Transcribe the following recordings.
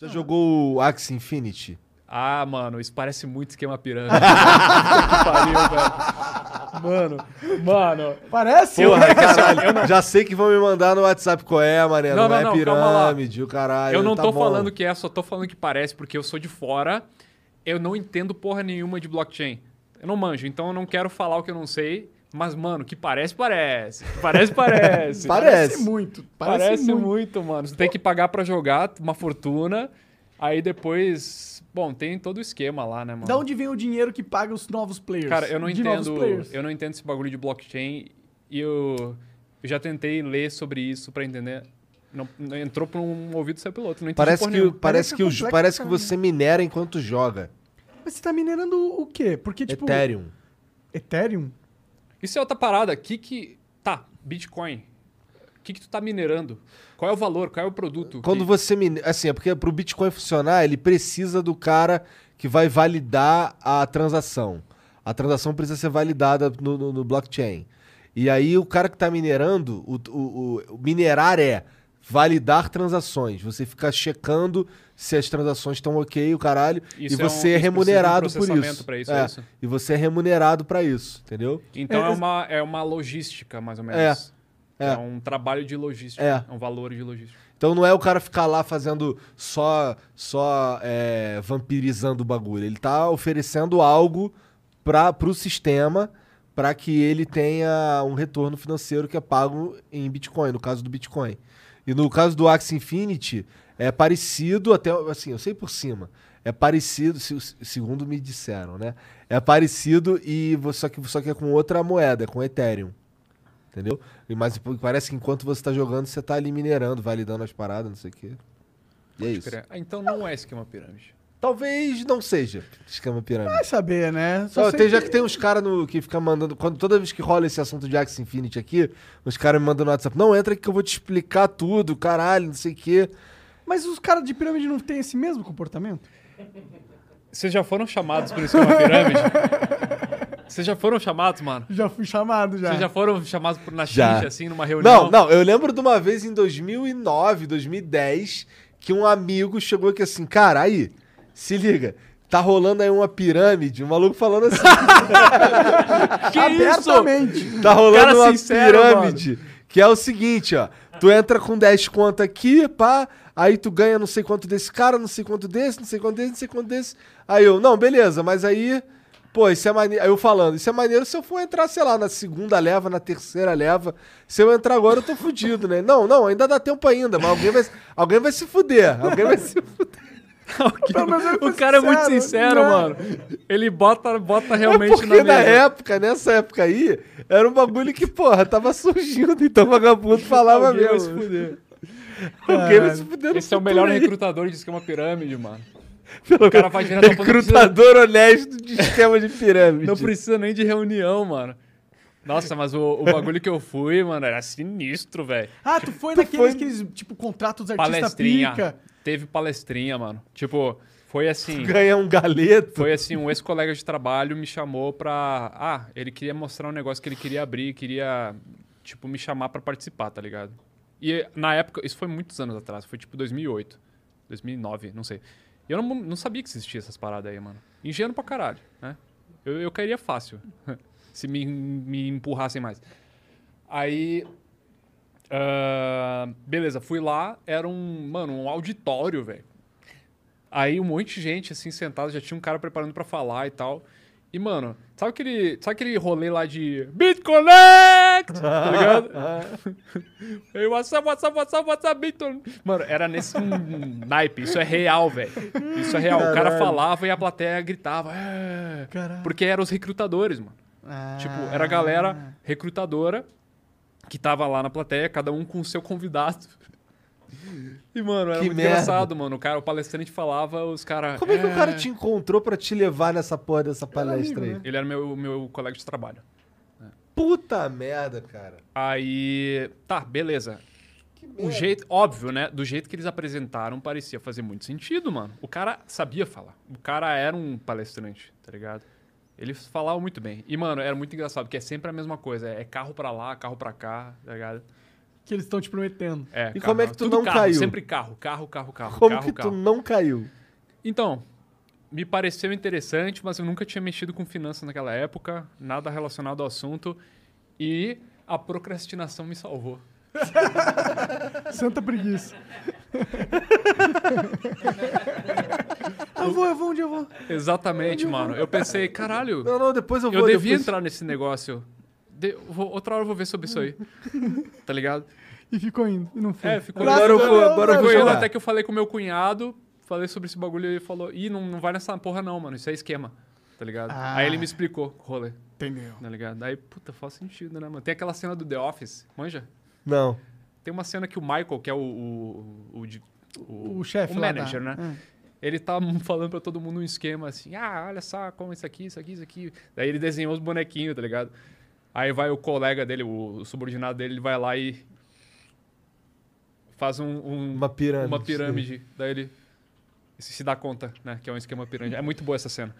Já jogou o Axie Infinity? Ah, mano, isso parece muito esquema pirâmide. Que pariu, velho. Mano, mano. Parece? Porra, caralho. Já sei que vão me mandar no WhatsApp qual é, mané. Não, Não, não, é não, pirâmide, o caralho. Eu não tá tô bom. falando que é, só tô falando que parece, porque eu sou de fora, eu não entendo porra nenhuma de blockchain. Eu não manjo, então eu não quero falar o que eu não sei, mas, mano, que parece, parece. Que parece, parece. Parece. é muito. Parece, muito. mano. Você tem que pagar pra jogar uma fortuna, aí depois. Bom, tem todo o esquema lá, né, mano? Da onde vem o dinheiro que paga os novos players? Cara, eu não de novos entendo. players? Eu não entendo esse bagulho de blockchain e eu, eu já tentei ler sobre isso pra entender. Não, não- entrou por um ouvido e saiu pelo outro. Não entendi Parece porra que, nenhuma. é parece, Parece que, o- complexo, parece que cara. você minera enquanto joga. Mas você tá minerando o quê? É Porque, tipo... Ethereum. Ethereum? Isso é outra parada. O que que. Tá, Bitcoin. O que que tu tá minerando? Qual é o valor? Qual é o produto? Quando Que- você minera. Assim, é porque pro Bitcoin funcionar, ele precisa do cara que vai validar a transação. A transação precisa ser validada no, no- no blockchain. E aí o cara que tá minerando, o, o- o- o minerar é validar transações. Você fica checando se as transações estão ok, o caralho. Isso e é você é, um- isso precisa de um remunerado por processamento isso. pra isso, É, é isso. E você é remunerado pra isso, entendeu? Então É, é, é- uma, é uma logística, mais ou menos. É. um trabalho de logística. É. É, um valor de logística. Então não é o cara ficar lá fazendo só só é, vampirizando o bagulho. Ele tá oferecendo algo para pro sistema para que ele tenha um retorno financeiro que é pago em Bitcoin, no caso do Bitcoin. E no caso do Axie Infinity é parecido até assim, eu sei por cima. É parecido, se- se- segundo me disseram, né? É parecido e vo- só que só que é com outra moeda, é com Ethereum. Entendeu? E- Mas pô, parece que enquanto você tá jogando, você tá ali minerando, validando as paradas, não sei o quê. E é isso. Ah, então não é esquema pirâmide. Talvez não seja esquema pirâmide. Vai saber, né? Só sei tem, já que tem uns caras que ficam mandando. Quando, toda vez que rola esse assunto de Axie Infinity aqui, os caras me mandam no WhatsApp: Não, entra aqui que eu vou te explicar tudo, caralho, não sei o quê. Mas os caras de pirâmide não têm esse mesmo comportamento? Vocês já foram chamados por esquema pirâmide? Vocês já foram chamados, mano? Já fui chamado, já. Vocês já foram chamados por, na É. Já. xincha, assim, numa Não, reunião? não, eu lembro de uma vez em 2009, 2010, que um amigo chegou aqui assim, cara, aí, se liga, tá rolando aí uma pirâmide, o maluco falando assim, Que Abertamente. tá rolando Cara uma sincero, pirâmide, que é o seguinte, ó, tu entra com 10 conto aqui, pá, aí tu ganha não sei quanto desse cara, não sei quanto desse, não sei quanto desse, não sei quanto desse, aí eu, não, beleza, mas aí... Pô, isso é maneiro. Eu falando, isso é maneiro se eu for entrar, sei lá, na segunda leva, na terceira leva. Se eu entrar agora, eu tô fudido, né? Não, não, ainda dá tempo ainda, mas alguém vai, alguém vai se fuder. Alguém vai se fuder. Pelo menos ele foi O cara é muito sincero, né? mano. Ele bota, bota É realmente porque na na mesa. época, nessa época aí, era um bagulho que, porra, tava surgindo, então o vagabundo falava Alguém vai se mesmo. fuder. Alguém vai se fuder no Esse é o futuro melhor aí. recrutador de esquema pirâmide, mano. Pelo cara vai direto ao ponto de- Recrutador honesto de esquema de pirâmide. Não precisa nem de reunião, mano. Nossa, mas o, o bagulho que eu fui, mano, era sinistro, velho. Ah, tu foi naqueles que eles, tipo, contratos artista Palestrinha. pica. Teve palestrinha, mano. Tipo, foi assim. Ganha um galeto. Foi assim, um ex-colega de trabalho me chamou pra. Ah, ele queria mostrar um negócio que ele queria abrir, queria, tipo, me chamar pra participar, tá ligado? E na época, isso foi muitos anos atrás, foi tipo 2008, 2009, não sei. E eu não, não sabia que existia essas paradas aí, mano. Ingênuo pra caralho, né? Eu, eu cairia fácil, se me, me empurrassem mais. Aí. ah, beleza, fui lá, era um. Mano, um auditório, velho. Aí um monte de gente, assim, sentada, já tinha um cara preparando pra falar e tal. E, mano, sabe aquele, sabe aquele rolê lá de BitConnect? Tá ligado? Aí, WhatsApp, WhatsApp, WhatsApp, WhatsApp, Bitcoin. Mano, era nesse hum, naipe. Isso é real, velho. Isso é real. O cara falava e a plateia gritava. "É". Caralho. Porque eram os recrutadores, mano. Ah. Tipo, era a galera recrutadora que tava lá na plateia, cada um com o seu convidado. E, mano, era Que muito merda. engraçado, mano. O cara, o palestrante falava, os caras. Como é que o cara te encontrou pra te levar nessa porra dessa palestra aí? Ele era meu, meu colega de trabalho. Puta merda, cara. Aí. Tá, beleza. Que O jeito, óbvio, né? Do jeito que eles apresentaram, parecia fazer muito sentido, mano. O cara sabia falar. O cara era um palestrante, tá ligado? Ele falava muito bem. E, mano, era muito engraçado, porque é sempre a mesma coisa. É carro pra lá, carro pra cá, tá ligado? que eles estão te prometendo. É, E como é que tu não carro, caiu? Sempre carro, carro, carro, carro, Como Um carro, que carro. tu não caiu? Então, me pareceu interessante, mas eu nunca tinha mexido com finanças naquela época, nada relacionado ao assunto, e a procrastinação me salvou. Santa preguiça. eu vou, eu vou, onde eu vou? Exatamente, mano. Eu pensei, caralho, Não, não, depois eu vou. eu devia depois- entrar nesse negócio. De- vou- outra hora eu vou ver sobre isso aí. Tá ligado? E ficou indo. E não foi. É, ficou Agora eu vou, agora eu vou Foi indo jogar. até que eu falei com meu cunhado, falei sobre esse bagulho e ele falou: Ih, não, não vai nessa porra não, mano, isso é esquema, tá ligado? Ah. Aí ele me explicou o rolê, Entendeu. tá ligado? Aí, puta, faz sentido, né, mano? Tem aquela cena do The Office, manja? Não. Tem uma cena que o Michael, que é o. o, o, de- o- O chefe o lá manager, da- É. né? Ele tá falando pra todo mundo um esquema assim: ah, olha só, como isso aqui, isso aqui, isso aqui. Daí ele desenhou os bonequinhos, tá ligado? Aí vai o colega dele, o subordinado dele, ele vai lá e. faz um. um- Uma pirâmide. Uma pirâmide. Daí ele. Se se dá conta, né? Que é um esquema pirâmide. É muito boa essa cena.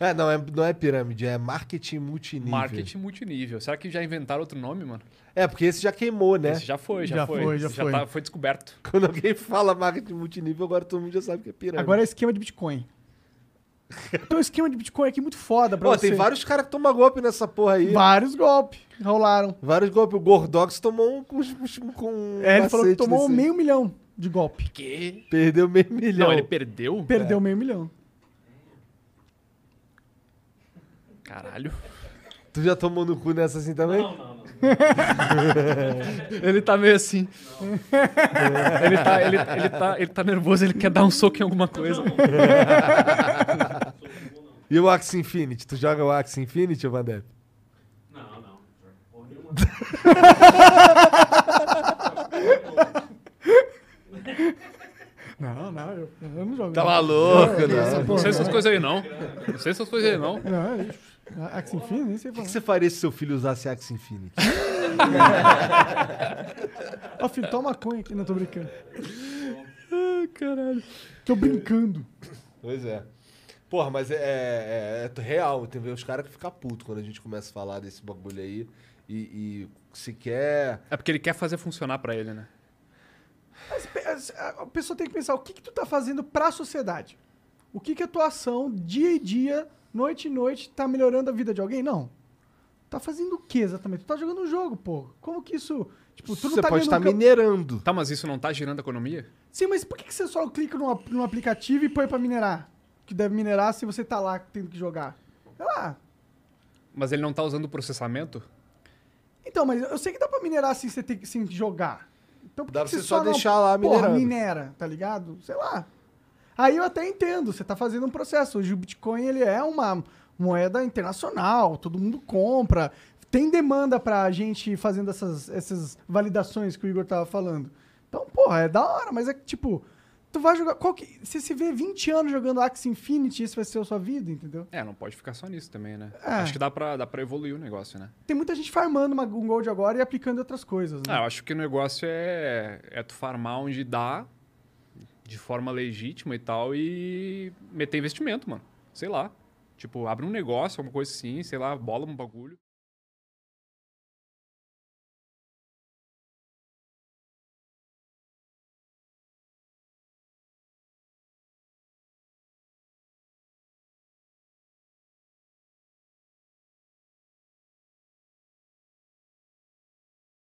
É, não, é, não é pirâmide, é marketing multinível. Marketing multinível. Será que já inventaram outro nome, mano? É, porque esse já queimou, né? Esse já foi, já, Já foi. foi, já Esse foi. tá- foi descoberto. Quando alguém fala marketing multinível, agora todo mundo já sabe que é pirâmide. Agora é esquema de Bitcoin. Tem um esquema de Bitcoin aqui muito foda é pra Pô, você. tem vários caras que tomam golpe nessa porra aí. Vários golpes rolaram. Vários golpes. O Gordox tomou um com, com- com um É, ele falou que cacete tomou desse aí. meio milhão de golpe. Que? Perdeu meio milhão. Não, ele é perdeu? Perdeu meio milhão. Caralho. Tu já tomou no cu nessa assim também? Ele tá meio assim. ele, tá, ele, ele, tá, ele tá nervoso, ele quer dar um soco em alguma coisa. E o Axie Infinity? Tu joga o Axie Infinity, ô Vandep? Não, não. Porra nenhuma. Não, não, eu, eu não jogo. Tá não. maluco, Eu- não. essa Não porra, sei essas coisas aí, não. Não sei essas coisas aí, não. Não, é Ah, eu- Axie Infinity, nem sei O que, falar. que você faria se seu filho usasse Axie Infinity? Ó, filho, toma maconha aqui. Não, tô brincando. Caralho. Tô brincando. Pois é. Porra, mas é, é- é real, entendeu? Os caras que ficam putos quando a gente começa a falar desse bagulho aí. E, e sequer. É porque ele quer fazer funcionar pra ele, né? Mas pe- as- a a pessoa tem que pensar o que, que tu tá fazendo pra sociedade. O que, que a tua ação, dia e dia, noite e noite, tá melhorando a vida de alguém? Não. Tá fazendo o que exatamente? Tu tá jogando um jogo, pô. Como que isso. Tipo, tu não você tá pode ganhando estar um campe- minerando. Tá, mas isso não tá girando a economia? Sim, mas por que, que você só clica num, ap- num aplicativo e põe pra minerar? Que deve minerar se você tá lá tendo que jogar. Sei lá. Mas ele não tá usando o processamento? Então, mas eu sei que dá pra minerar sem você ter que sem jogar. Então, por Dá que pra que você só não- deixar lá Porra, minerando. minera, tá ligado? Sei lá. Aí eu até entendo, você tá fazendo um processo. Hoje o Bitcoin ele é uma moeda internacional, todo mundo compra. Tem demanda pra gente fazendo essas, essas validações que o Igor tava falando. Então, porra, é da hora, mas é que, tipo, tu vai jogar. Qual que, se se vê 20 anos jogando Axie Infinity, isso vai ser a sua vida, entendeu? É, não pode ficar só nisso também, né? É. Acho que dá pra, dá pra evoluir o negócio, né? Tem muita gente farmando uma- um gold agora e aplicando em outras coisas, né? Ah, eu acho que o negócio é, é tu farmar onde dá, de forma legítima e tal, e meter investimento, mano. Sei lá. Tipo, abre um negócio, alguma coisa assim, sei lá, bola um bagulho.